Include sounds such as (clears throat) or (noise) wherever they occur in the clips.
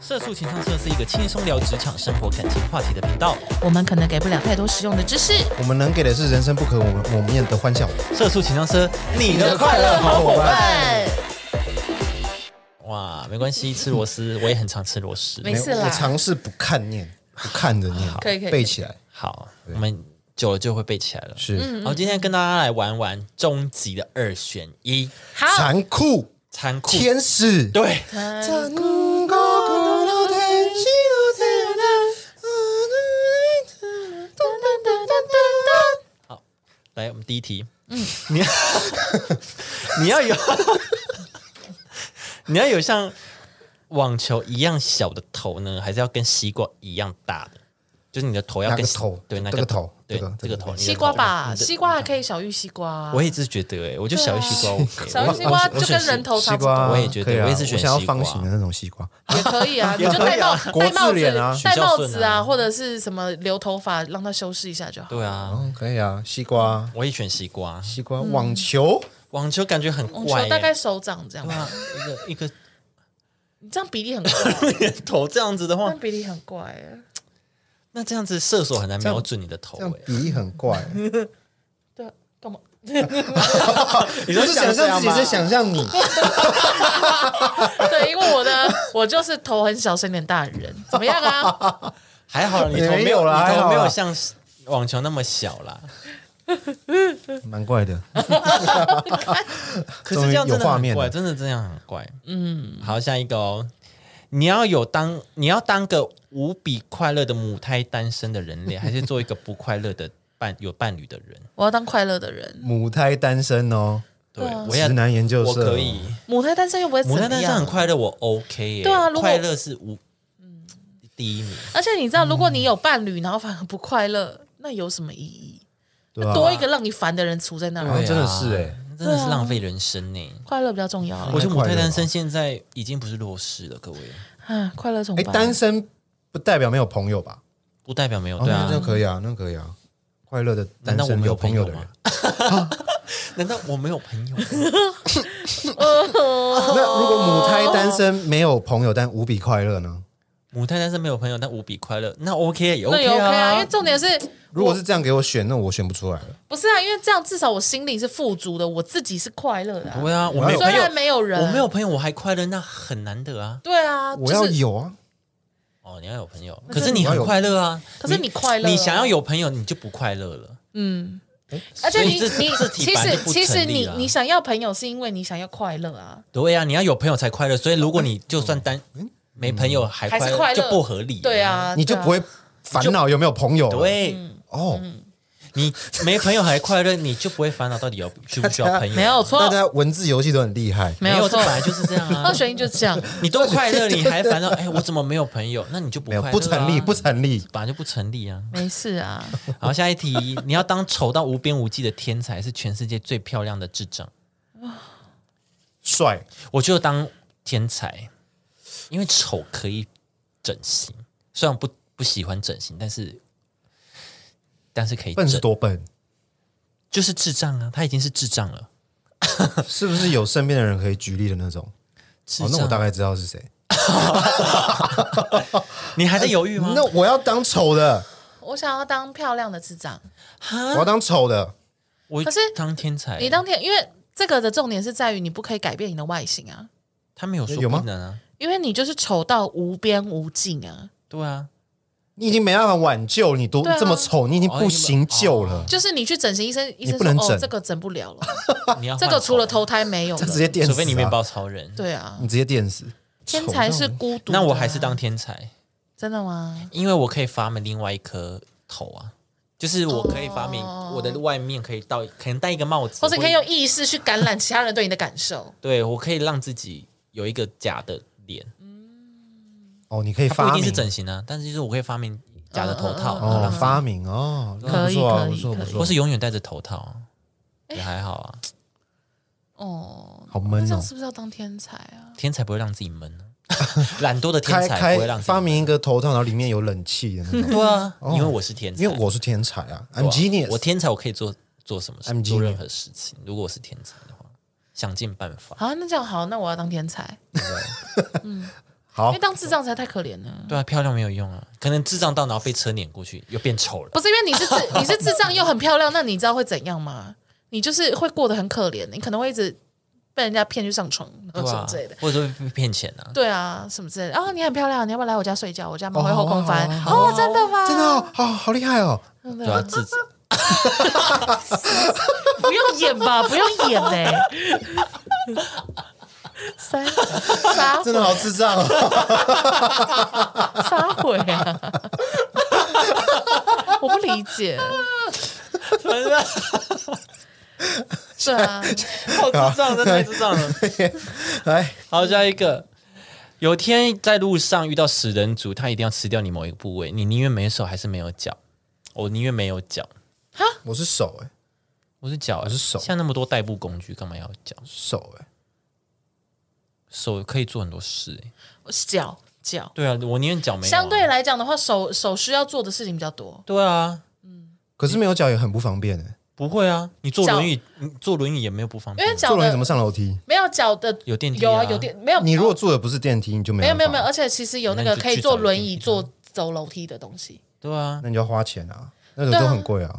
社畜情商社是一个轻松聊职场、生活、感情话题的频道。我们可能给不了太多实用的知识。我们能给的是人生不可磨磨灭的欢笑。社畜情商社，你的快乐好伙伴。哇，没关系，吃螺丝我也很常吃螺丝。没事我啦，尝试不看念，不看着念，可以可以背起来。好，我们久了就会背起来了。是、嗯好，今天跟大家来玩玩终极的二选一，好，残酷残酷。天使。对，呃残酷的天使好，来我们第一题。嗯，你 (laughs) 你要有 (laughs) 你要有像网球一样小的头呢，还是要跟西瓜一样大的？就是你的头要哪跟个头对那这个头对这个这这个个头，你的西瓜头吧，你的西瓜还可以小玉西瓜，啊我也是觉得，哎，我就小于西瓜啊小玉 OK，西瓜我就跟人头差西不多，瓜，我也觉得可以啊我也是选我想要西瓜方形的那种西瓜。也可 (laughs) 以啊，你就戴帽国戴帽字脸啊子，戴许帽孝子顺啊啊，或者是什么留头发让它修饰一下就好。对啊，嗯，可以啊，西瓜，我也选西瓜。西瓜，嗯网球，网球感觉很网怪球耶，大概手掌这样，哇一个一你这样比例很怪， (laughs) 个头这样子的这话样，比例很怪啊。那这样子射手很难样瞄准你的头这样哎。比例很哦怪。对啊，干嘛？你你说是想这样象自己，吗是想 (laughs) 象你，对，因为 (laughs) 我的我就是头很小，身点大的人，怎么样啊？还好你头也没没有有啦你还头好没有啦像网球那么小啦。蛮怪的。可是这样真的终于有画很面怪，了真的这样很怪。嗯，好，下一个哦，你要有当你要当个无比快乐的母胎单身的 (laughs) 人类，还是做一个不快乐的伴有伴侣的人？我要当快乐的人，母胎单身哦，对对啊，我要直男研究我社可以，母胎单身又不会怎母么胎样。单身很快乐，我 OK 耶。对啊如果嗯快乐是无第一名。而且你知道，如果你有伴侣，然后反而不快乐，那有什么意义？对啊吧？多一个让你烦的人处在那啊儿，对啊真的是欸，真的是浪费人生呢。快乐比较重要啊我。觉得母胎快乐吧单身现在已经不是弱势了，各位，啊，快乐崇哎，拜。单身不代表没有朋友吧？不代表没有哦对那啊。可以啊，那可以啊。快乐的难单道我身没有有朋朋友友的人吗， (laughs) 难道我没有朋友吗？那如果母胎单身没有朋友，但无比快乐呢？母胎单身没有朋友，但无比快乐，那 OK 也那 OK 也 OK 啊，因啊。为重点是，如果是这样给我选，那我选不出来了。不是啊？因为这样至少我心里是富足的，我自己是快乐的啊、不会啊，我没有虽朋友然，没有人，我没有朋友，我还快乐，那很难得啊。对啊，我要就是，有啊，哦，你要有朋友，那可真的是你很快乐啊。可是你快乐啊你想要有朋友，你就不快乐了。嗯。而所且以你这你这题其本来实就不其实成立你啊你想要朋友是因为你想要快乐啊，对啊，你要有朋友才快乐。所以如果你就算单没朋友还还快是快就乐不合理。对，啊，嗯你就对啊不会烦恼有没有朋友了。对，嗯哦，你没朋友还快乐，你就不会烦恼到底要需不需要朋友。 (laughs) 没有错大，家文字游戏都很厉害。没有，有这错本，来就是这样啊 (laughs) 二。选一就是这样，你都快乐，你还 (laughs) 烦恼？哎，我怎么没有朋友？那你就不没快乐啊有不成立，不成立。本来就不成立啊。没事啊，好，下一题，你要当丑到无边无际的天才，还是全世界最漂亮的智障？帅，我就当天才，因为丑可以整形，虽然不不喜欢整形，但是但是可以笨是整，多 (laughs) 笨，就是智障啊，他已经是智障了。是不是有身边的人可以举例的那种？智哦，那障，啊我大概知道是谁。你还在犹豫吗？那我要当丑的，我想要当漂亮的智障。啊我要当丑的。我可是当天才，你当天，因为这个的重点是在于你不可以改变你的外形啊，他没有说有吗不能啊，因为你就是丑到无边无尽啊。对啊，你已经没办法挽救，你多对啊这么丑，你已经哦不行救了，就是你去整形，医生医生不说能哦，整哦这个整不了 (laughs) 了，你要这换个丑除了，投胎没有这了。直接电死、除啊。非你面，包超人。对啊，你直接电死。天才是丑孤独的啊。那我还是当天才，真的吗？因为我可以发明另外一颗头啊，就是我可以发明我的外面可以到，可能戴一个帽子，，或者你可以用意识去感染其他人对你的感受对我可以让自己有一个假的脸，到哦，你可以它不发一定明是整形啊，但是就是我可以发明假的头套，然后哦让，发明哦，那可不以错啊，可以不错可以不或错，是永远戴着头套啊，也还好啊，哦，那好闷这哦样。是不是要当天才啊？天才不会让自己闷啊，懒惰的天开才不会让自开己发闷明一个头套，然后里面有冷气的 (laughs) 那种，对啊，因为我是天才，哦因为我是天才啊 (laughs) 对，I'm 啊 genius，我天才我可以做做什么事， I'm 做 genius 任何事情，如果我是天才的话，想尽办法。好，那这样好，那我要当天才。因好为，当智障实在太可怜了。对啊，漂亮没有用啊，可能智障到然后被车碾过去，又变丑 (laughs) 了。不是因为你是 (laughs) 智你是智障又很漂亮，那你知道会怎样吗？你就是会过得很可怜，你可能会一直被人家骗去上床，然对后什吧、啊么之类的。或者说被骗钱 (laughs) 啊？对啊，什么之类的。哦，你很漂亮，你要不要来我家睡觉？我家门会后空翻。哦好哦，真的吗？真的哦，好好厉害哦，真的对啊，自 (laughs) 不用演吧，不用演嘞、 (laughs) 三撒真的好智 (laughs) 障哦，撒谎啊！我不理解，是啊， (laughs) 好智障，真的太智障了。来，好，下一个。有天在路上遇到食人族，他一定要吃掉你某一个部位，你宁愿没手还是没有脚？我宁愿没有脚，我是手哎，我是啊脚、欸，我是手现在那么多代步工具，干嘛要脚？手哎，手可以做很多事、欸。脚脚。对啊，我宁愿脚没有啊、相对来讲的话，手手需要做的事情比较多。对啊，可是没有脚也很不方便哎，不会啊，你坐轮椅，你坐轮椅也没有不方因便啊。为脚坐轮椅怎的么上楼梯？没有脚的有电梯有啊啊有电没有你如果坐的不是电梯，你就没没有没有没有，呃办法而且其实有那那你个就可以去坐找轮电梯椅啊坐走楼梯的东西。对啊，那你就要花钱啊，那种对啊都很贵啊。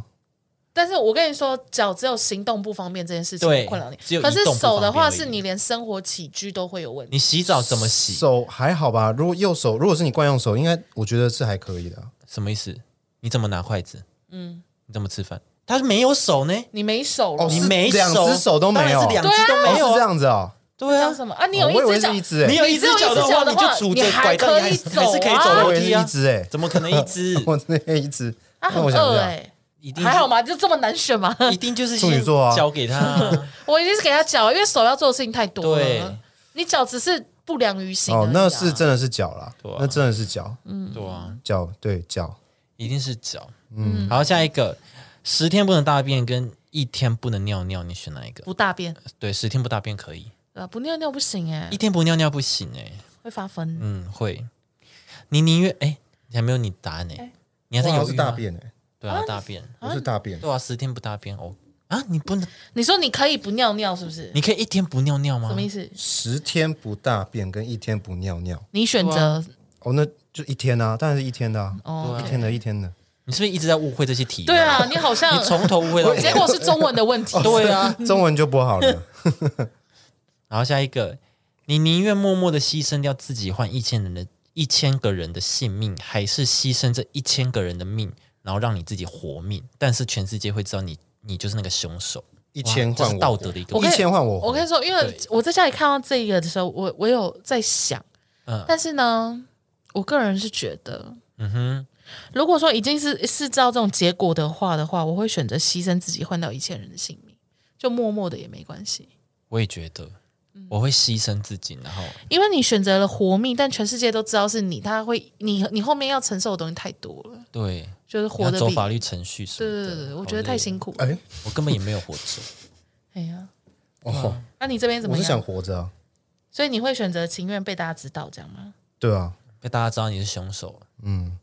但是我跟你说，脚只有行动不方便这件事情对困扰你只有，可是移动不手的方便话，而已是你连生活起居都会有问题。你洗澡怎么洗？手还好吧？如果右手，如果是你惯用手，应该我觉得是还可以的啊。什么意思？你怎么拿筷子？嗯，你怎么吃饭？他是没有手呢，你没手了哦，你是没手两只手都没有当然是两只都哦没是有啊。这样子啊？对叫啊，什么啊？你哦有我以为一只是脚一，只欸，你有一只脚的话，你只有一只脚的你话就拄着拐杖，你你还还可以是走啊还是可以走我楼以为是梯一啊？只哎，怎么可能一只？ (laughs) 我这边一只。他那很我想一饿下，哦哎，一定还好吗？就这么难选吗？一定就是处女座啊先交给他 (laughs) 啊。我一定是给他脚，因为手要做的事情太多对了。你脚只是不良于行而已哦啊。，那是真的是脚啦对啊，那真的是脚，嗯对啊，脚对脚，一定是脚。嗯，好，下一个，十天不能大便跟一天不能尿尿，你选哪一个？不大便对，十天不大便可以，啊，不尿尿不行哎一，天不尿尿不行哎、会发疯。嗯，会。你宁愿哎，你还没有你答案呢、你还在哇犹我豫啊是吗大，便哎，对啊，大便，我是大便，对啊，十天不大便哦啊，你不能，你说你可以不尿尿是不是？你可以一天不尿尿吗？什么意思？十天不大便跟一天不尿尿，你选择哦，那就一天啊，当然是一天的啊，哦一，天的一 (laughs) 天的，你是不是一直在误会这些题？对，啊，你好像你从头误会到尾结果是中文的问题。 (laughs) 对啊。嗯中文就不 (laughs) 好了。然后下一个，你宁愿默默的牺牲掉自己换一千人的一千个人的性命，还是牺牲这一千个人的命，然后让你自己活命？但是全世界会知道你，你就是那个凶手。一千哇这换是我道德的一个我，跟一你千换我我活，跟你说，因为对我在家里看到这个的时候，我我有在想，嗯但是呢，我个人是觉得，嗯哼，如果说已经是是照这种结果的话的话，我会选择牺牲自己换到一千人的性命，就默默的也没关系，我也觉得。嗯我会牺牲自己，然后因为你选择了活命，但全世界都知道是你，他会你你后面要承受的东西太多了，对，就是你活要得走比法律程序什对么对的。对对，我好觉得累太哦辛苦了。哎，我根本也没有活着。哎呀，哦，那、你这边怎我么是想样？活着啊，所以你会选择情愿被大家知道这样吗？对啊，被大家知道你是凶手，嗯，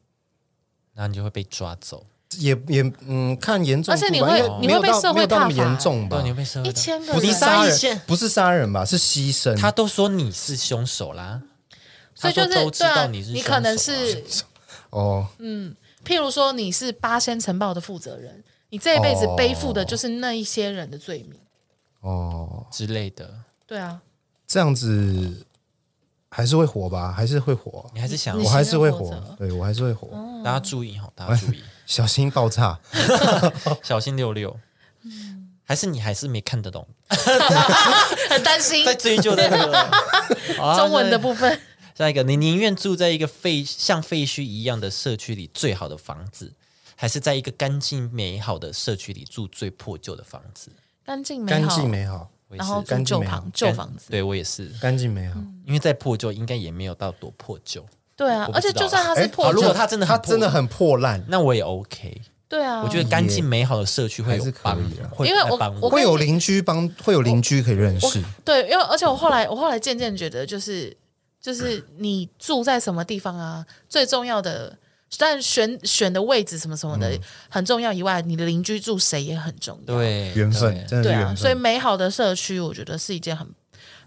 然后你就会被抓走，也也嗯，看严重而度吧，且你会因为你没有会被到社会没有到那么踏伐欸严重对，吧哦你？会被社会一的。千个不人，是杀杀一人千，不是杀人吧？是牺牲。哎他都说你是凶手啦，所以就他说是都知对啊，道你是你凶手啊可能是哦，譬如说你是八仙城堡的负责人，你这一辈子哦背负的就是那一些人的罪名。哦，之类的，对啊，这样子还是会火吧？还是会火，你还是想你要我还是会你是活着火，对我还是会火，大家注意哈，大家注意，小心爆哦炸。小心六六。嗯还是你还是没看得 (laughs) 懂，很 (laughs) 担心在追究那个好啊 (laughs) 中文的下一部分。下一个，你宁愿住在一个废像废墟一样的社区里最好的房子，还是在一个干净美好的社区里住最破旧的房子？干净美干好，净美好，我也然是后住干净旧美好房旧房子。对我也是，干净美好。嗯因为再破旧应该也没有到多破旧。对啊我，不而知且道就算它哎是好破如旧果，它真的很它真的很破烂，那我也 OK，、对啊，我觉得干净美好的社区会还有是可帮以啊，会因为来我帮我会有邻居帮，会有邻居可以认识。对，因为而且我后来我后来渐渐觉得，就是就是你住在什么地方啊，最重要的。但选选的位置什么什么的、嗯很重要以外，你的邻居住谁也很重要。对缘分对真的对是啊，缘所以分，美好的社区，我觉得是一件很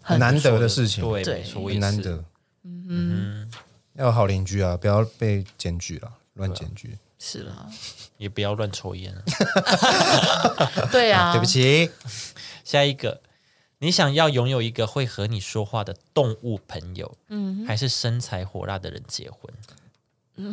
很难得的事情，对，对没错，我也很是难得。嗯要有好邻居啊，不要被检举了，啊乱检举。是啦， (laughs) 也不要乱抽烟啊。 (laughs) 对啊，对不，起，下一个，你想要拥有一个会和你说话的动物朋友，嗯，还是身材火辣的人结婚？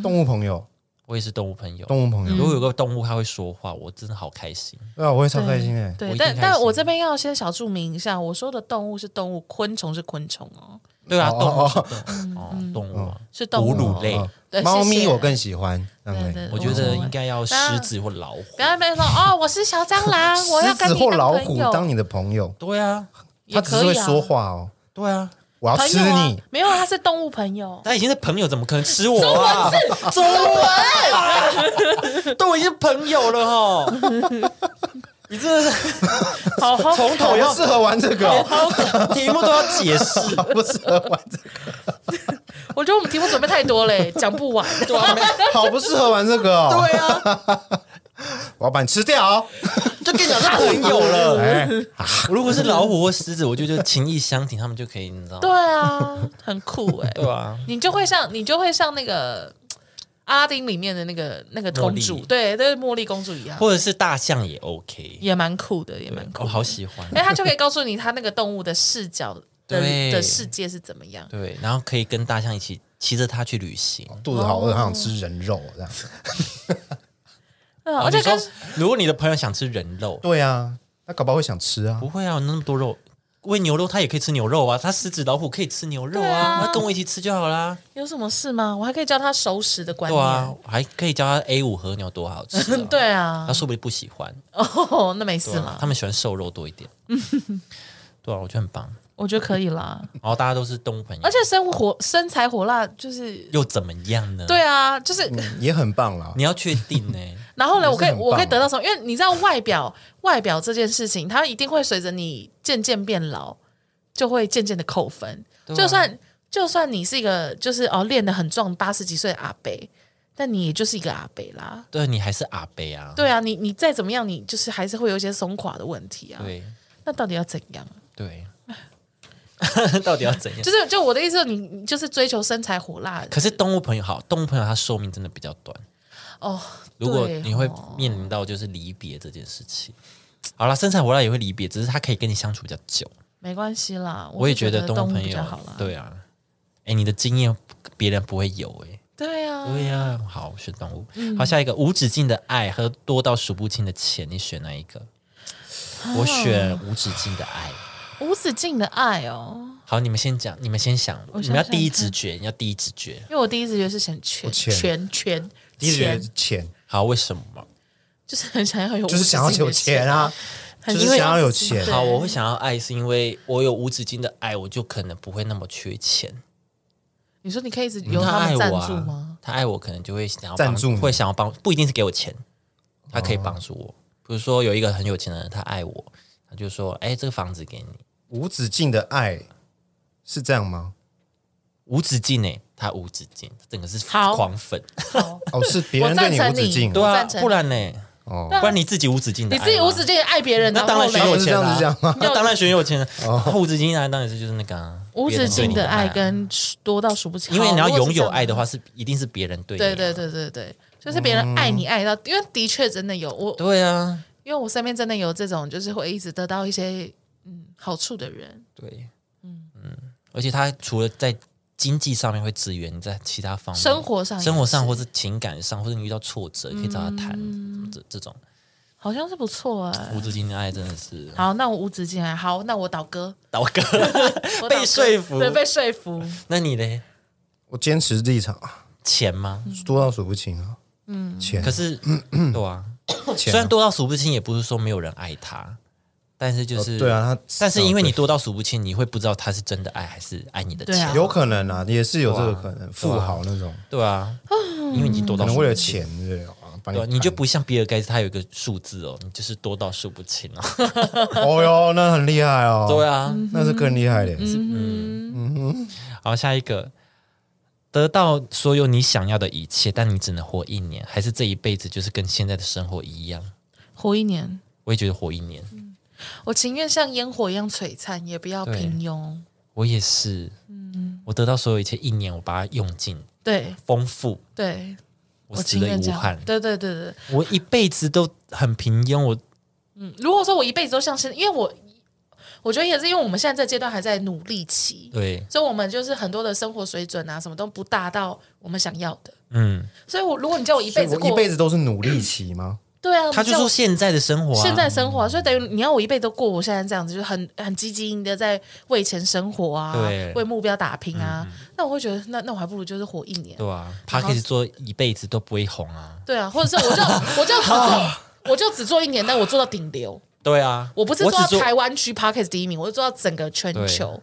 动物朋友，我也是动物朋友。动物嗯朋如友，果有个动物它会说话，我真的好开心。对啊，我会超开心哎。我对一，定但开但心我这边要先小注明一下，我说的动物是动物，昆虫是昆虫哦，对啊，哦动物是动物哦，动物啊，是动哺物。乳类，对猫咪我。谢谢更喜欢，对不对对对我觉得应该要狮子或老虎不。要在那边说哦，我是小蟑螂， (laughs) 我要狮跟子你或当老朋虎友。当你的朋友，对啊，也它只可是会以啊说，话哦。对啊，我要朋吃友啊你，，没有，他是动物朋 (laughs) 友。他已经是朋友，怎么可能吃我啊？中文，都已经是朋友了哈。你真的是好好从头我啊要不适合玩 (laughs) 这个， (laughs) 哦题目都要解 (laughs) 释，不适合玩这个，我觉得我们题目准备太多嘞，讲不 (laughs) 完。对啊，没好不适合玩这个哦。对啊，我要把你吃掉哦。就跟你讲是朋友了。 (laughs) 哎，我如果是老虎或狮子，我就觉得情意相挺，他们就可以，你知道吗？对啊，很酷哎、对啊吧？你就会像你就会像那个阿丁里面的那个那个公茉主莉，对，对，茉莉公主一样，或者是大象也 OK，也蛮酷的，也蛮酷我的。好喜欢。啊哎，他就可以告诉你他那个动物的视角的对的世界是怎么样。对，然后可以跟大象一起骑着它去旅行。肚子好饿，好想吃人肉哦哦这样。嗯，哦而且你说跟如果你的朋友想吃人肉，对啊，那搞不好会想吃啊不。会啊，有那么多肉。喂牛肉，它也可以吃牛肉啊，它狮子、老虎可以吃牛肉对啊啊，那跟我一起吃就好啦。有什么事吗？我还可以教他熟食的观对啊念。，还可以教他 A 五和牛多好吃啊、 (laughs) 对啊他，说不定不喜欢，哦，那对没事啊啦他，们喜欢瘦肉多一 (laughs) 点。对啊，我觉得很棒。我觉得可以啦。然后大家都是动物朋友，而且生活身材火辣就是，又怎么样呢？对，啊，就是嗯也很棒啦。你要确定欸呢、 (laughs) 然后呢，也是我可以很棒我可以得到什么？因为你知道外表 (laughs) 外表这件事情，它一定会随着你渐渐变老，就会渐渐的扣分。对啊就算就算你是一个就是哦练得很壮八十几岁的阿北，但你也就是一个阿北啦。对你还是阿贝啊。对啊，你你再怎么样，你就是还是会有一些松垮的问题啊。对那到底要怎样？对， (laughs) 到底要怎样？就是就我的意思，你你就是追求身材火辣可是动物朋友好，动物朋友它寿命真的比较短。哦。如果对你会哦面临到就是离别这件事情，好啦，生产回来也会离别，只是它可以跟你相处比较久。没关系啦，我也觉觉得动物朋比友较好啦。对啊，哎，你的经验别人不会有哎、对啊，对呀、好选动物，嗯好下一个无止境的爱和多到数不清的钱，你选哪一个？啊我选无止境的爱。无止境的爱哦。好，你们先讲，你们先想，我你想们要想第一看直觉，你要第一直觉。因为我第一直觉是想全我钱全全第一直觉得钱是钱，好，为什么？就是很想要有，就是想要有钱，啊。很就是因为想要有钱对好，我会想要爱，是因为我有无止境的爱，我就可能不会那么缺钱。你说你可以一直由嗯他他爱们赞我助啊吗？，他爱我可能就会想要赞帮助你哦会想要帮，不一定是给我钱，他可以帮助我。比如说有一个很有钱的人，他爱我，他就说：“哎，这个房子给你，无止境的爱是这样吗？无止境哎、他无止境，整个是好狂粉，好，哦，是别人对你无止我赞成你境对哦啊赞，成不然呢？哦。不然你自己无止境的，你自己无止。境哦地爱别人，那然当后然选嘞有是钱这样啊是这样吗哦那当然选有钱的，无止境的爱当然是就是那个啊无止境的爱，别人对你啊跟多到数不清，因为你要好拥有爱的，如果话，是一定是别人对是你、这样对对。对对对，就是别人爱你嗯爱到，因为的确真的有我，对啊，因为我身边真的有这种，就是会一直得到一些嗯好处的人，对，嗯而且他除了在经济上面会支援你，在其他方面，生活上也生活上是嗯或是情感上，或者你遇到挫折，可以找他谈，这这种好像是不错哎无。止境的爱真的 (laughs) 是好，那我无止境爱，好，那我倒戈，倒戈。(laughs) 我倒戈被说服对，被说服。那你嘞，我坚持立场，钱吗？嗯多到数不清啊。嗯，钱可 (clears throat) 是，对啊，虽钱啊然多到数不清，也不是说没有人爱他，但是就哦是、对啊，他但是因为你多到数不清，你会不知道他是真的爱还是爱你的对钱啊，有可能啊，也是有这个可能，富豪那种对啊，因为已经多可到能数为了不清钱对啊，把对啊，你 (laughs) 你就不像比尔盖茨，他有一个数字哦，你就是多到数不清哦。哦哟，那很厉害哦，对啊，那是更厉嗯害的，好，下一个，得到所有你想要的一切，但你只能活一年，还是这一辈子就是跟现在的生活一样？活一年，我也觉得活一年，我情愿像烟火一样璀璨，也不要对平庸。我也是，嗯，我得到所有一切，一年我把它用尽，对丰富，对，我我死情里愿这无样憾。对对对对，我一辈子都很平庸，我嗯如果说我一辈子都像现在，因为我我觉得也是因为我们现在这阶段还在努力期，对，所以我们就是很多的生活水准啊，什么都不达到我们想要的。嗯，所以我，如果你叫我一所辈以子我过，一辈子都是努力期吗？对啊，他你就叫我说现在的生活、啊，现在生活啊、所以等于你要我一辈子都过我现在这样子，就是很很积极的在为钱生活啊对，嗯为目标打拼啊。那我会觉得，那那我还不如就是活一年，对啊 p a r k e 做一辈子都不会红啊，对啊，或者是 (laughs) 我就我就只做我就只做一年，但我做到顶流，对啊，我不是做只到做台湾区 Parkes 第一名，我是做到整个全对球，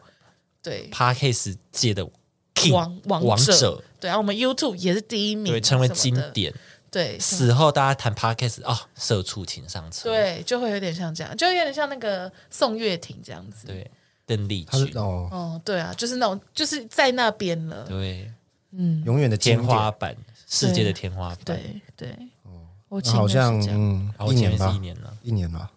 对 p a r k e 界的 king 王王者王对，然后我们 YouTube 也是第一名，对，成为经什么的，嗯典。对，死后大家谈 p a r k e 啊，社畜情上车，对，就会有点像这样，就有点像那个宋岳庭这样子，对，邓丽他君是，哦，哦，对啊，就是那种就是在那边了，对，嗯永远的经天典花，板，世界的天花板，，对对，我那情好人是像这样嗯然，后一前年面吧是一，年了，一年吧，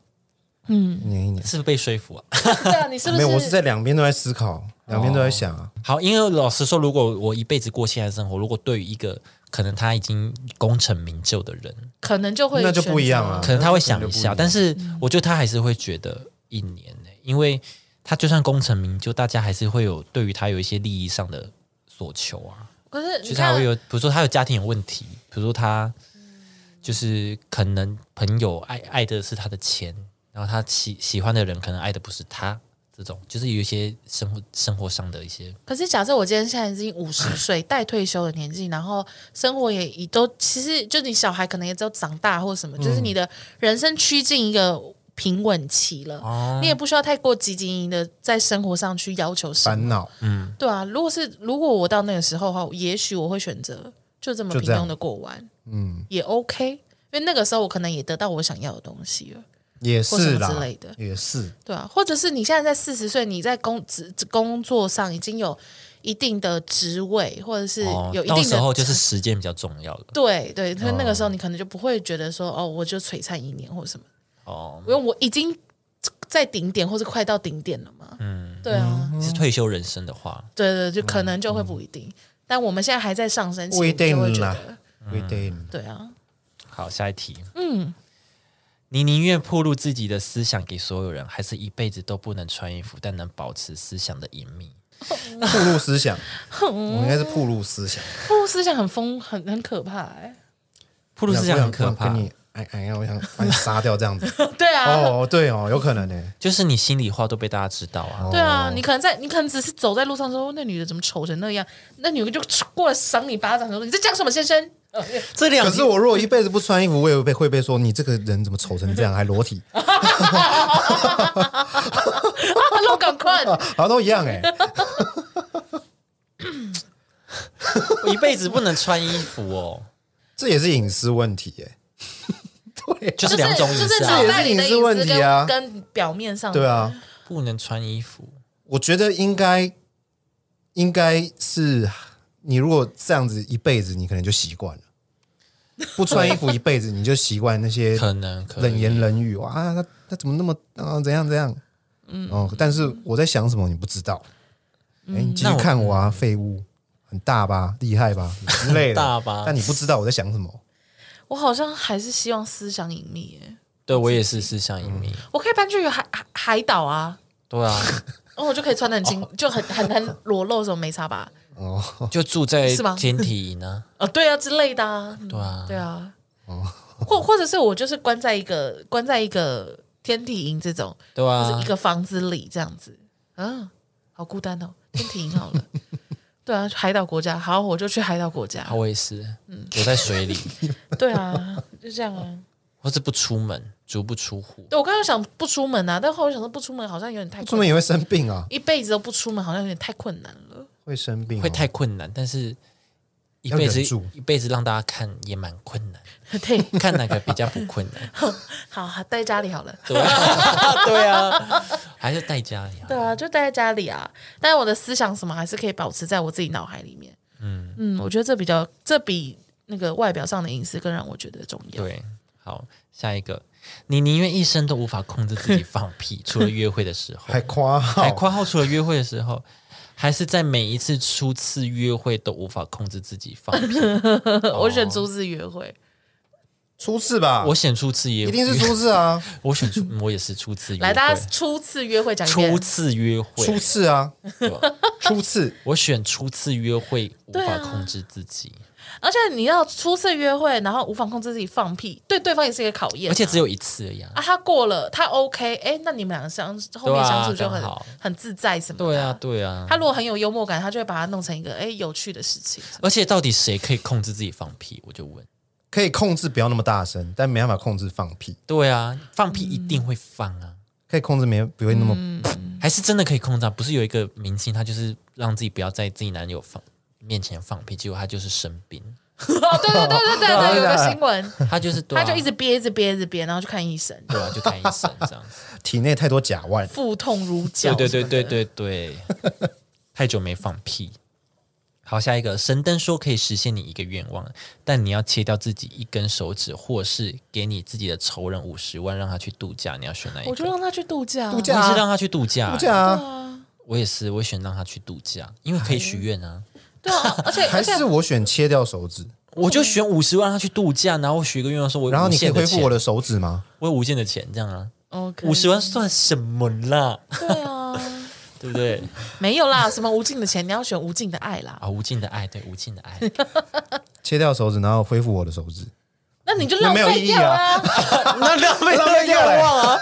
嗯，一年一年。是不是被说服啊？对啊，你是不没是？有，我是在两边都在思考，两边都在想啊。好，因为老实说，如果我一辈子过现在的生活，如果对于一个可能他已经功成名就的人，可能就会那就不一样选啊择可能他会想一那下，就不一样但是嗯我觉得他还是会觉得一年呢、因为他就算功成名就，大家还是会有对于他有一些利益上的所求啊。可是就是你他看会，有，比如说他有家庭有问题，比如说他就是可能朋友爱爱的是他的钱，然后他喜喜欢的人可能爱的不是他，这种就是有一些生活生活上的一些可是假设我今天现在已经五十岁，待退休的年纪，然后生活也已都，其实就你小孩可能也只有长大或什么，就是你的人生趋近一个平稳期了，你也不需要太过积极的在生活上去要求什么，烦恼，嗯对啊。如果是如果我到那个时候的话，也许我会选择就这么就平这样庸的过完，嗯，也 OK，因为那个时候我可能也得到我想要的东西了。也或什是么啦之，类的，也是，对啊，或者是你现在在四十岁，你在工职工作上已经有一定的职位，或者是哦有，一定到的时候就是哦时间比较重要了对对，所以那个时候你可能就不会觉得说哦，我就璀璨一年或什么，哦。嗯因为我已经在顶点或是快到顶点了嘛。嗯，对啊，是退休人生的话，对对，就可能就会不一嗯定。但我们现在还在上升期，不你一就会定觉啦得不一定。对啊，好，下一题。嗯，你宁愿暴露自己的思想给所有人，还是一辈子都不能穿衣服，但能保持思想的隐秘？铺路思 (laughs) 想，嗯我应该是铺路思想，暴露思想很疯，很很可怕哎、暴露思想很可我想怕跟，你哎哎呀，我想把你杀掉这 (laughs) 样子。对啊，哦， (laughs) 对哦，有可能呢。就是你心里话都被大家知道啊。对啊，你可能在，你可能只是走在路上说，那女的怎么丑成那样？那女的就过来赏你巴掌，说你在讲什么，先 (laughs) 生？呃这两可题是我如果一辈子不穿衣服，我也会被会被说你这个人怎么丑成这样，还 (laughs) 裸体，啊，漏赶快！好像都一样哎。一辈子不能穿衣服 (laughs) 哦，这也是隐私问题哎。对就就是两种意就思是啊脑，袋里的这也是隐私问隐私题啊跟跟表面上的对，啊，不能穿衣服。我觉得应该应该是你如果这样子一辈子，你可能就习惯了。不穿衣服一辈子，你就习惯那些可能可冷能言冷语哇啊，他他怎么那么啊怎样怎样？嗯哦，但是我在想什么你不知道。哎、你继嗯那续我看我啊，废物，很大吧，厉害吧之类的， (laughs) 大吧但你不知道我在想什么。我好像还是希望思想隐秘耶。对我也是思想隐秘。我可以搬去海海海岛啊，对啊，然后我就可以穿的很清，就很很很裸露，什么没差吧？哦，就住在是吗天体营啊。呃，对啊之类的啊，对啊，对啊，哦或或者是我就是关在一个关在一个天体营这种，对就是啊一，个房子里这样子，啊，好孤单哦，天体营好了。 (laughs) 对啊，海岛国家好，我就去海岛国家啊。我也是，嗯躲在水里，对啊，就这样啊。或是不出门，足不出户。对我刚刚想不出门啊，但后来想说不出门好像有点太出困门也会生病啊，一辈子都不出门好像有点太困难了。 (laughs) 会生病、哦，会太困难，但是一要辈忍子住一辈子让大家看也蛮困 (laughs) 难，对，看哪个比较不困难？好，待在家里好了。对啊， (laughs) 对啊，还是待家里啊对啊，就待在家里啊。但是我的思想什么还是可以保持在我自己脑海里面。嗯嗯，我觉得这比较，这比那个外表上的隐私更让我觉得重要。对，好，下一个，你宁愿一生都无 (laughs) 法控制自己放屁，除了约会的时候，还夸还号，括号除了约会的时候，还是在每一次初次约会都无法控制自己放 (laughs) 屁？ (laughs) 我选初次约会，初次吧，我选初次约一会，定是初 (laughs) 次啊，我选初，我也是初次约会。来，大家初次约会讲一遍初。次约会，初次啊，初次 (laughs) 我选初次约会无对法啊控制自己，而且你要初次约会，然后无法控制自己放屁，对对方也是一个考验而啊、且只有一次而已啊。啊，他过了，他 OK，哎，那你们两个相后面相处就很、刚好很自在什么的。对啊，，对啊。他如果很有幽默感，他就会把它弄成一个哎有趣的 (laughs) 事情。而且到底谁可以控制自己放屁？我就问。可以控制不要那么大声，但没办法控制放屁，对啊，放嗯屁一定会放啊，可以控制没不会那么、嗯嗯还是真的可以控制啊？不是有一个明星，他就是让自己不要在自己男友放面前放屁，结果他就是生病，哦，对对对对对对，有个新闻，他 (laughs) 就是、啊对他啊、就一直憋，一直憋，一直憋，然后去看医生，对啊，就看医生这样 (laughs) 子。体内太多甲 (laughs) 烷。腹痛如绞。对对对对，对对，太久没放屁。好，下一个，神灯说可以实现你一个愿望，但你要切掉自己一根手指，或是给你自己的仇人五十万让他去度假，你要选哪一个？我就让他去度假。度我假也是让他去度假、欸度假啊，我也是，我选让他去度假，因为可以许愿啊。(laughs) 对啊，而且还而且是我选切掉手指，我就选五十万，让他去度假，然后许一个愿望说我有然后无你可以限的恢复我钱，的手指吗？我有无限的钱，这样啊， OK 五十万算什么啦？对啊，对不对？ (laughs) 没有啦，什么无尽的钱，你要选无尽的爱啦。啊，无尽的爱，对，无尽的爱，切掉手指，然后恢复我的手指，那你就浪那没有费意义掉啊啦，那浪费浪费掉了愿望啊！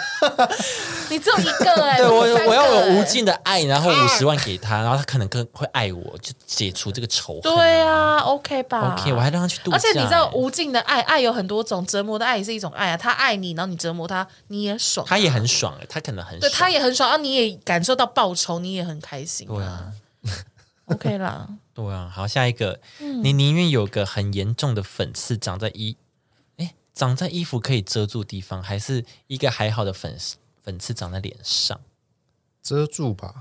你只有一个 (laughs) 哎。对我有我要有无。尽的爱，然后五十万给他，然后他可能更会爱我，就解除这个仇恨。对啊，OK 吧 OK，我还让他去度假、欸而且你知道，无尽的爱，爱有很多种，折磨的爱也是一种爱啊。他爱你，然后你折磨他，你也爽。他也很爽、欸，他可能很对，爽。他也很爽啊，你也感受到报酬，你也很开心、对啊， ，OK 啦。对啊。好，下一个，嗯你宁愿有个很严重的粉刺长在衣，哎，长在衣服可以遮住地方，还是一个还好的粉粉刺长在脸上？遮住吧，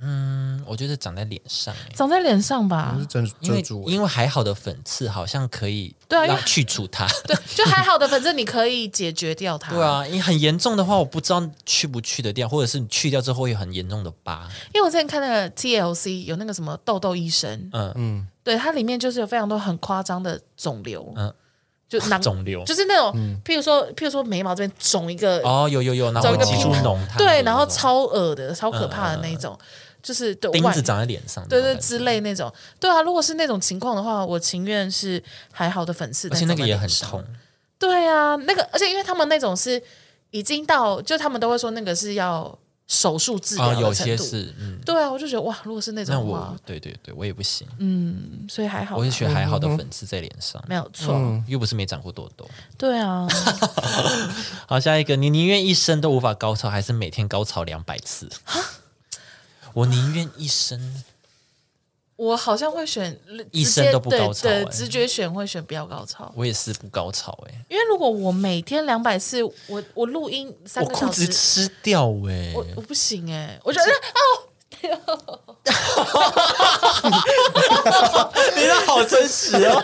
嗯，我觉得长在脸上、欸，长在脸上吧是，遮因遮为住。欸因为还好的粉刺好像可以对啊因为让去除它。 (laughs) (laughs) 对，啊就还好的，反正你可以解决掉它。对，啊，因为很严重的话，我不知道去不去得掉，或者是你去掉之后会有很严重的疤。因为我之前看那个 TLC 有那个什么痘痘医生，嗯对，它里面就是有非常多很夸张的肿瘤，嗯就囊，肿瘤嗯就是那种，譬如说，譬如说眉毛这边肿一个，哦，有有有，然后找一个挤出平脓汤，对，然后那种嗯超恶的、超可怕的那一种，就是对钉外子长在脸上，对那对种之感觉。类那种，对啊，如果是那种情况的话，我情愿是还好的粉刺，而且但那长个在也脸很上痛，对啊，那个而且因为他们那种是已经到，就他们都会说那个是要手术治疗、啊，有些，是，嗯，对啊，我就觉得哇，如果是那种那的我话，嗯对对对，我也不行，所以还好啦，我也选还好嗯的粉刺在脸上，没有错，又不是没长过痘痘。对啊，好，下一个，你宁愿一生都无法高潮，还是每天高潮两百次？我宁愿一生，我好像会选一直接生都不高潮对欸对，直觉选会选不要高潮，我也是不高潮哎，因为如果我每天两百次，我我录音三我个裤小子时，吃掉哎，我我不行哎、 (laughs) 我觉得啊，你这好真实哦！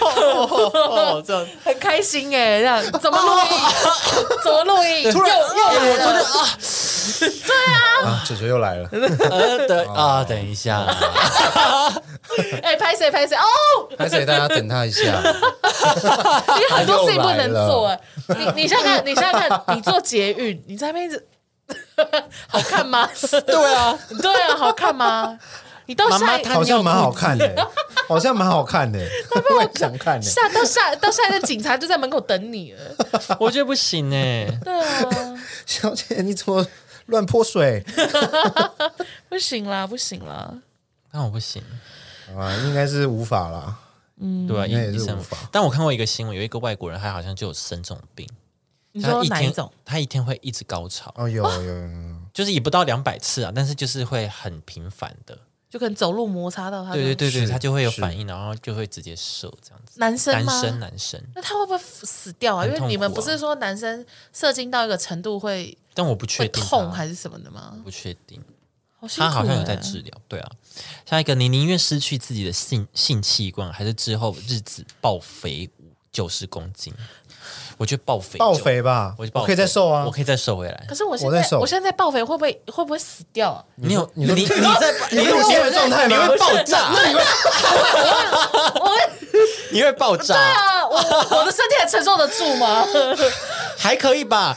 哦， (laughs) 这样哦很开心哎、这样怎么录音？ (laughs) 怎么录音？突然 (laughs) (laughs) 又哎又来了，啊，球球 (laughs) 又来了，呃，等哦啊，等一下，哎，拍谁拍谁哦，还是给大家等他一下。你很多事情不能 (laughs) 做哎、你你想想看，你想想看，你做捷运，你在那边一直 (laughs) 好看吗？ (laughs) 对啊，对啊，好看吗？你到妈妈下一她好像蛮好看的，欸好像蛮好看的，欸我也想看的。下到下到下一个警察就在门口等你了。我觉得不行哎， (laughs) 对啊，小姐，你怎么乱泼水不行啦，不行啦。那我不行，啊？应该是无法啦。嗯对啊，应该也医是医生无法。但我看过一个新闻，有一个外国人，他好像就有生这种病。你他说一哪一天种？？他一天会一直高潮，哦，有有有有，就是也不到两百次啊，但是就是会很频繁的。就可能走路摩擦到他。对对对对，是他就会有反应，然后就会直接射这样子。男生男吗？生男生，那他会不会死掉啊？很因痛苦啊为你们不是说男生射精到一个程度会但我不确会定痛他还是什么的吗？不确定。好辛他苦、欸，好像有在治疗，对啊。下一个，你宁愿失去自己的性性器官，还是之后日子暴肥五九十公斤？我就暴肥，爆，肥吧，我就暴我肥可以再瘦啊我。可以再瘦回来可。是我现我在在瘦我现在爆肥会不会会不会死掉啊？你有你你说你在你是我行为状态你吗会？爆炸，我会 (laughs) 你会爆炸。啊，我 (laughs) 我的身体还承受得住吗？ (laughs) 还可以吧，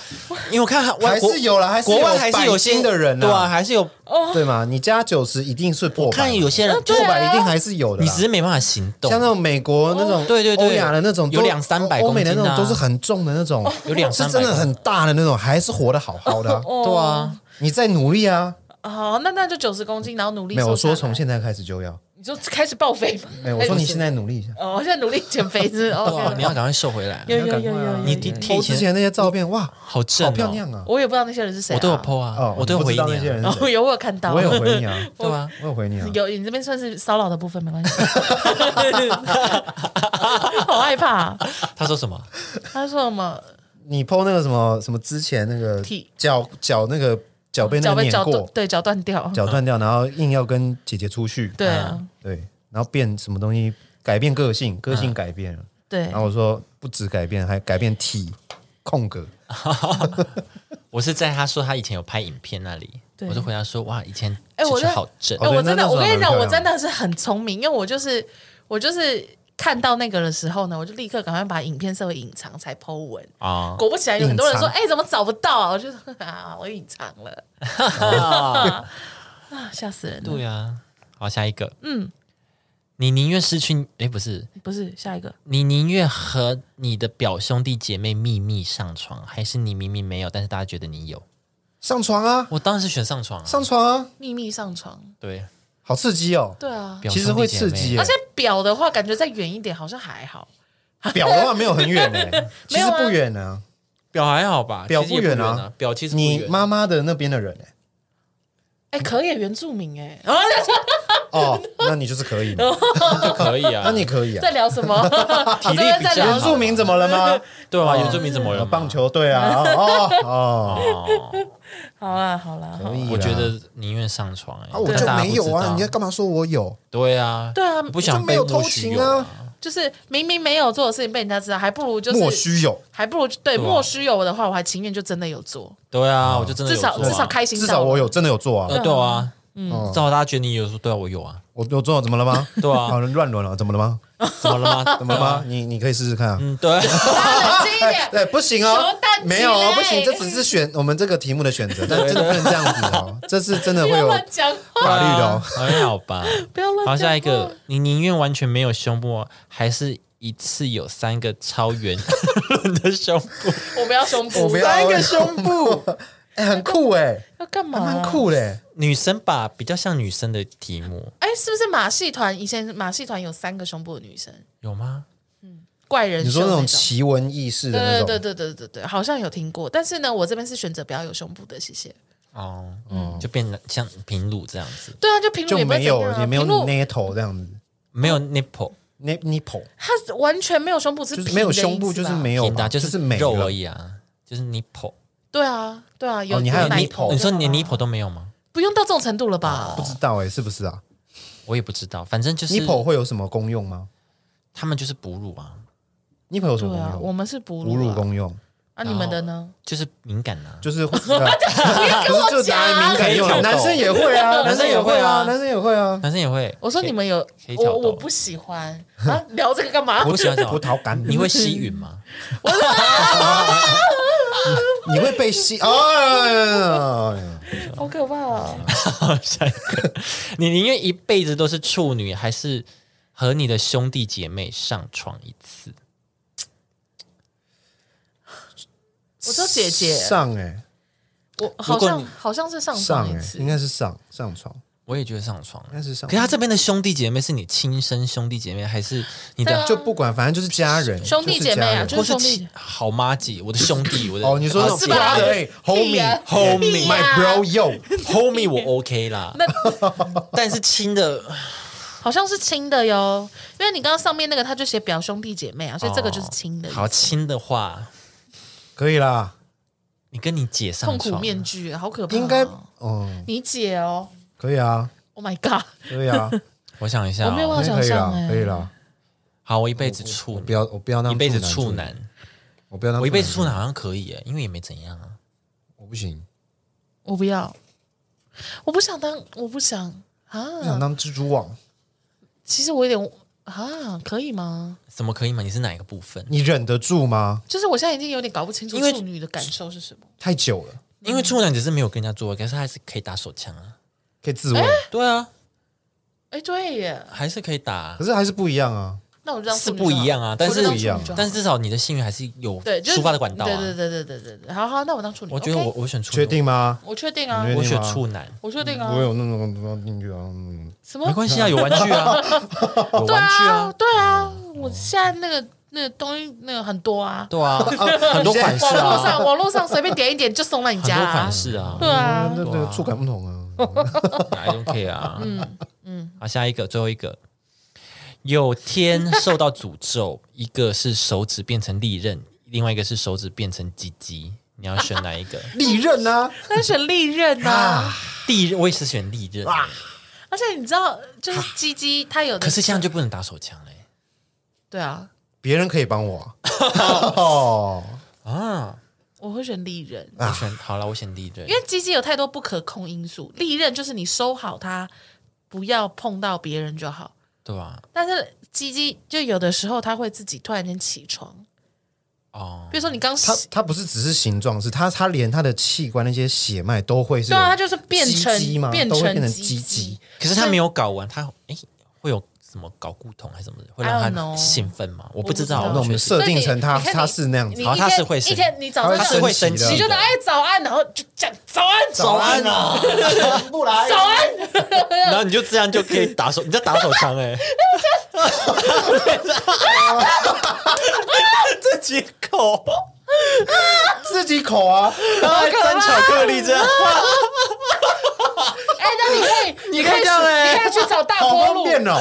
因为我看韩还外国是有啦还是有国外还是有百些斤的人啊对啊，还是有对嘛？你加九十一定是破我百看嘛，有些人就对破啊百一定还是有的啦。你只是没办法行动，哦哦像那种美国那种，对对对欧亚的那种都有两三百欧美的那公斤啊种都是很重的那种， (laughs) 有两是三百真的很大的那种，还是活得好好的啊。对啊，你再努力啊！哦，那那就九十公斤，然后努力没有，我瘦下来。说从现在开始就要。哎你就开始报废吗？嗯没有，我哎说你现在努力一下。哦，我现在努力减肥是哦 (laughs) 对啊， ，OK，你要赶快瘦回来啊。有有有你要赶有快啊有，你有贴有贴我以之前前那些照片，哇，好正好哦，漂亮啊！我也不知道那些人是谁啊，我都有 PO 啊哦，， (laughs) 我都有你不回知道那你些啊，人是哦，谁，有我有看到，我有回你 (laughs) 啊，对啊，我有回你啊。 (laughs) 有，你这边算是骚扰的部分，没关系。 (laughs) 好害怕、啊他说什么？他说什么？你 PO 那个什么什么之前那个屁脚脚那个脚被那脚个被碾脚断过，，对脚断掉。脚哎断掉，然后硬要跟姐姐出去，对啊，对，然后变什么东西，改变个性，个嗯性改变了。对然，后我哦说不止改变，还改变体空格。我是在他说他以前有拍影片那里，对我就回答说哇，以前哎其我实在好正哎、，我真的，哦对那那时候我跟你还讲，蛮漂亮我真的是很聪明，因为我就是我就是看到那个的时候呢，我就立刻赶快把影片设为隐藏才 Po 文。啊，果不其然，有很多人说：“哦隐哎、怎么找不到啊？”我就说：“啊，我隐藏了。 (laughs) 啊”吓死人了！对啊。好，下一个，嗯，你宁愿失去，哎，不是，不是下一个，你宁愿和你的表兄弟姐妹秘密上床，还是你明明没有，但是大家觉得你有？上床啊，我当然是选上床啊，上床啊，秘密上床。对，好刺激哦！对 (laughs) 啊，表其实兄弟会姐刺妹激耶而且表的话，感觉再远一点好像还好。表的话没有很 (laughs) 远呢，其啊实不远呢。表还好吧，表其实也不远啊啊，表其实不你远妈妈的那边的人哎、哎，可以原住民哎、啊 (laughs) 哦，那你就是可以嘛，就可以啊，那你可以啊哦在。聊什 (laughs) 么？体力这 (laughs) 边比在较聊原好住民怎么了吗？对啊，哦原住民怎么了？棒球队 (laughs) 啊，哦哦哦，哦，好啦好啦，好可以啦我觉得宁愿上床哎，啊，我但就大家没有不知啊，道你要干嘛说我有？对啊，对啊不想我就没有被默偷许情有啊，就是明明没有做的事情被人家知道，还不如就莫是须有，还不如对对啊莫须有的话，我还情愿就真的有做，对啊，我就真的至有做少啊至少开心至到少了我有真的有做啊，呃对啊，嗯至少大家觉得你有说对啊，我有啊，我有做怎么了吗？对啊好乱伦了，怎么了吗？怎么了吗？ (laughs) 怎么了吗？你你可以试试看啊。嗯，对，大家冷静一点。 (laughs) 对，不行哦求淡，季没有哦嘞，不行，这只是选我们这个题目的选择，但真的不能这样子 (laughs) 哦，这是真的不会要有乱讲话，法律的哦。还好吧。不 (laughs) 要乱讲话。好，下一啊个，你宁愿完全没有胸部，还是一次有三个超圆 (laughs) 润的胸部？我们要胸部，我不要三个胸部， (laughs) 哎，很酷哎，要干嘛？还蛮。酷嘞。女生吧，比较像女生的题目，哎，是不是马戏团？以前马戏团有三个胸部的女生，有吗？怪人你秀说那种种。奇闻异事的那对种，对对对对对对，好像有听过，但是呢，我这边是选择不要有胸部的，谢谢。哦，嗯，就变得像平乳这样子，对啊，就平乳就也不会没怎样有啊、也没有平乳 natal 这样子没哦有 nipple， ，na- nipple 它完全没有胸部，是就是平没有的意胸思部，啊就是吧没有平嘛的啊，，是没肉而了。已啊，就是 nipple。对啊，对啊，有你还有奶 nipple 头哦你就好说了，你 nipple 都没有吗？不用到这种程度了吧不？知道哎，是不是啊我也不知道，反正就是？nipple 会有什么功用吗他们就是哺乳啊， ？nipple 有什对么功啊，用？我们是哺乳哺乳啊功用，啊，你们的呢？就是敏感啊。就是 (laughs) 会不是 (laughs) 就是拿来敏感用可以挑逗的，男生也会啊， (laughs) 男男生生也也会会啊，啊男生也会啊。男生也会，我说你们有可以挑我逗我不喜欢啊，聊这个干嘛？我不喜欢什么葡萄干，你会吸吮吗？你会 (laughs) 被吸哎哦，哎呀好可怕啊！好，下一个，你宁愿一辈子都是处女，还是和你的兄弟姐妹上床一次？我说姐姐，上哎我好如果像你好像是上上床哎一，次应，该是上上床，我也觉得上床应。该是上可是。他这边的兄弟姐妹是你亲生兄弟姐妹，还是你对啊的就不管，反正就是家人，兄弟姐妹啊就是或就是是兄弟亲好妈姐？我的兄弟，我家人的啊哦，你说那种是吧 brother 哎屁啊 homie 屁啊 homie，my bro yo， homie 我 OK 啦， (laughs) 那但是亲的好像是亲的哟，因为你刚刚上面那个他就写表兄弟姐妹啊，所以这个就是亲的意思。好亲的话，可以啦，你跟你姐上痛床，苦面具，好可怕哦。应该嗯，你姐哦可以啊， ，Oh my god！可以啊，我想一下、 (laughs) 我没有办哦，法可想以啦象，哎可以啦，好，我一辈子处不女，要我不要那一辈子处，男，我我不要当我一辈子处处男好像可以耶，因为也没怎样啊。男，我不行，我不要，我不想当，我不想我想啊。当蜘蛛网。其实我有点啊，可以吗？什么可以吗？你是哪一个部分？你忍得住吗？就是我现在已经有点搞不清楚因为处女的感受是什么。太久了，因为处男只是没有跟人家做爱，可是他还是可以打手枪啊。可以自慰，对啊，哎，对耶，还是可以打啊、可是还是不一样啊。那我就当是处女不就好一样啊但是我就当不一样处女就好但是至少你的性欲还是有对，就是抒发的管道啊。对对对对对对对。好好，那我当处女。我觉得我嗯 OK，我选处确女，定吗？我确定啊你确，我定选吗处男，我确定啊嗯我。有那种地方进去啊，嗯什么没？关系啊，有玩具 (laughs) 啊，有对玩具啊啊，，对啊，我现在那个那个东西那个很多啊，对啊，很多款 (laughs) 式网络 (laughs) 啊，上网络上随便点一点就送到你很家多啊款。式啊对啊，哦那对那啊触感不同啊。 (laughs) ，I don't care 啊。嗯嗯，好，下一个，最后一个。有天受到诅咒，一个是手指变成利刃，另外一个是手指变成鸡鸡。你要选哪一个？利刃啊，那选利刃呐、啊。利刃，我也是选利刃。而且你知道，就是鸡鸡它有的，可是现在就不能打手枪嘞、对啊，别人可以帮我啊。哦，啊！我会选利刃，我选好了，我选利刃因，为鸡鸡有太多不可控因素，利刃就是你收好它，不要碰到别人就好。对吧？但是鸡鸡就有的时候它会自己突然间起床，哦，比如说你刚洗它，它不是只是形状，是它它连它的器官那些血脉都会是对有啊，它就是变鸡成鸡嘛，变都会成变成鸡鸡鸡。。可是他没有搞完，他哎、会有什么睾固酮还是什么的，会让 I don't know 他兴奋吗？我不知我道不知道，那我们是设定成它所以你你看你它是那样你子一，好天它是会生一天你早它上是会升生级气你的就的拿哎早安，然后就讲早安早安啊，(laughs) 不来早安，然后你就这样就可以打手，你在打手枪 (laughs) 哎、这几口，自己口啊，然后还沾巧克力 (laughs) 这样，哎，那你可以，你你可可以以这样欸你可以去找大好波方路，便 (laughs) 哦，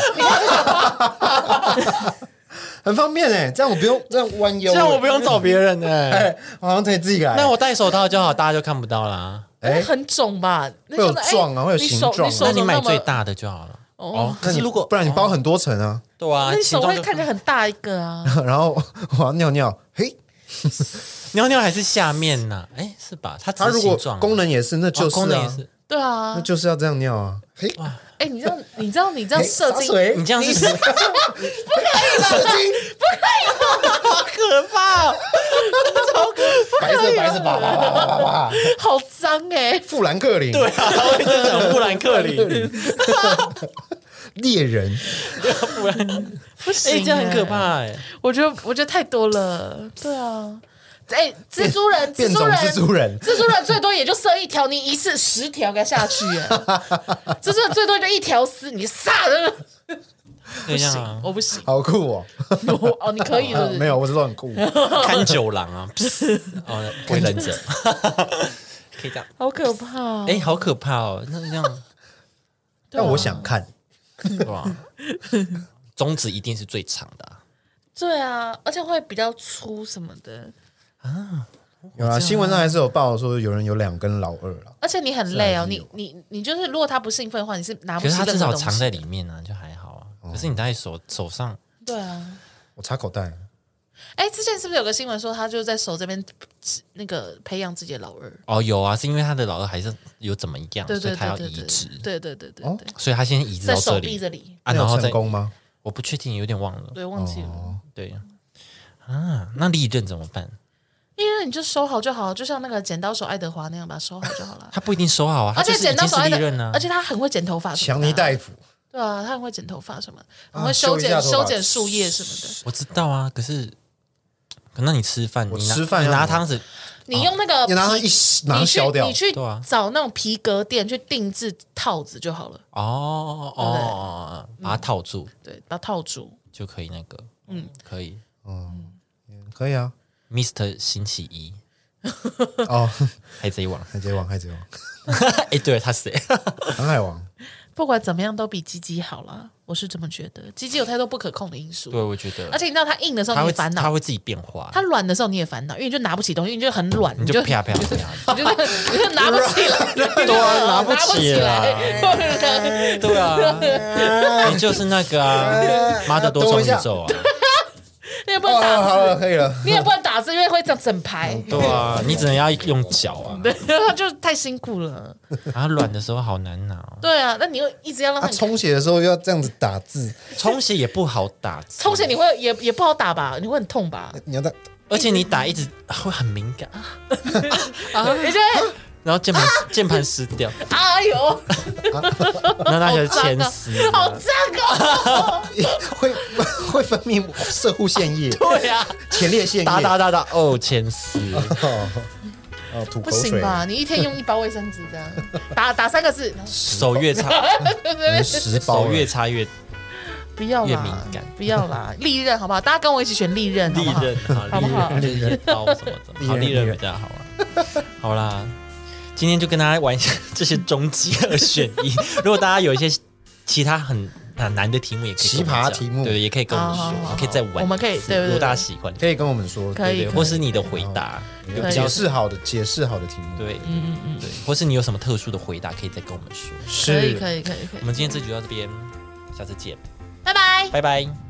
很方便哎，这样我不用这样弯腰，这样我不用找别人哎、哎， (laughs) 好像可以自己来。那我戴手套就好，大家就看不到啦。哎，很肿吧？那会有种的哎撞啊会有你形手状啊你手哦那你怎么买那么最大的就好了。哦，可那是你如果不然你包哦很多层啊， (laughs) 对啊，那你形手状会就看起来很大一个啊。然后我要尿尿，嘿，尿尿还是下面呐、诶哎，是吧？它只它是如果形状啊功能也是，那就哦是功能也啊，是，对啊那，就是要这样尿啊，嘿，哎，你这样，你知道，你这样嘿射洒精，哎水你这样是 (laughs) 你射精，可怕、白色白色吧吧吧吧吧吧，好脏 (laughs) 哎！富兰克林，对，他 (laughs) 会在讲富兰克林，猎人，富兰，(laughs) 不哎、行，这样很可。怕哎、我觉得，我觉得太多了。对啊，哎，蜘蛛人，变蜘蛛种人，蜘蛛人，蜘蛛人最多也就射一条，你一次十条给它下去 (laughs) 耶。蜘蛛人最多就一条丝，你 (laughs) 撒的这样啊，我不行。好酷哦，啊我哦，你可以是不是？没有，我知道很酷，看九郎 (laughs) 啊，哦，火影忍者， (laughs) 可以这样，好可怕、哦！哎、好可怕哦，那这样但我想看，对吧？中指一定是最长的啊、对啊，而且会比较粗什么的，有啊，新闻上还是有报说有人有两根老二了，而且你很累哦。你你你就是，如果他不兴奋的话，你是拿不可起是它任何至少东西藏在里面啊，就还好啊。可是你在手手上，对啊，我插口袋，哎，之前是不是有个新闻说他就在手这边那个培养自己的老二？哦，有啊，是因为他的老二还是有怎么样，对所对以他对要对移对植，对对对对哦对，所以他先移植在到手这臂里这里，啊，那然有后成再功吗？我不确定，有点忘了，对，忘记了。哦对呀，啊，那利刃怎么办？因为你就收好就好，就像那个剪刀手爱德华那样，把它收好就好了。他不一定收好啊， (laughs) (laughs) 他而且就是剪已刀经是手爱利德刃啊，，而且他很会剪头发什么强的啊，尼戴夫，对啊，他很会剪头发什么，很啊会修修一下剪头发修剪树叶什么的。我知道啊，可是，可那你吃饭，我你拿吃饭要你拿怎么汤匙，你用那个你拿它皮一拿它你去削掉你，去哦对啊找那种皮革店去定制套子就好了，哦哦哦对嗯哦，把它套住对，把它套住。就可以那个，嗯，可以可以啊， (laughs) ，Mr 星期一，哦，海贼王， (laughs) 海贼王，海贼王，哎，对，他 (laughs) 是谁？航海王，不管怎么样，都比鸡鸡好啦，我是这么觉得。鸡鸡有太多不可控的因素，对，我觉得而，且你知道它硬的时候他你会也烦他恼，会自己变化，它软的时候你也烦恼，因为你就拿不起东西，你就很软，你就就你就啪啪啪， (laughs) 你就你就拿不起来，你就对啊拿拿不起起来哎来。对哎啊，你就是那个啊，妈的多重宇宙啊，那也不能哦，打好字，了，可以 (laughs) 了。你也不能打字，因为会这样整排，对啊，你只能要用脚啊，就太辛苦了。然后软的时候好难拿、哦，对啊，那你又一直要让他他冲血的时候要这样子打字，充血也不好打字，充血，你会也也不好打吧？你会很痛吧？你要在而且你打一直会很敏感，啊你就会 (laughs) 然后键盘键盘湿 (laughs) 掉，哎呦，那那就好脏牵啊丝，好脏哦！ (laughs) 会会分泌射护腺 (laughs) 液、哦对啊呀、前列腺液，打打打打哦，牵丝，哦哦，吐不口行水，吧？你一天用一包卫生纸这样打 (laughs) 打三个字，手越擦嗯十包 (laughs) 手了越擦越不要越啦敏感，不要啦，利刃好不好？大家跟我一起选利刃，好利不好？刃啊，好不好利刃就是一刀什么的，好利利刃刃利比刃较好啊。好啦，今天就跟大家 (laughs) 玩一下这些终极二选一。如果大家有一些其他很很难的题目，也可以跟我们奇葩讲题目对，也可以跟我们好说，我好好们可以再玩一次。哦我们可以对对对哦如果大家喜欢，可以跟我们说，可以对，或是你的回答有比可以较解释好的解释好的题目，，对，嗯嗯对，或是你有什么特殊的回答，可以再跟我们说。可以是可以可以可以我，们今天这局到这边，下次见，拜拜。拜拜。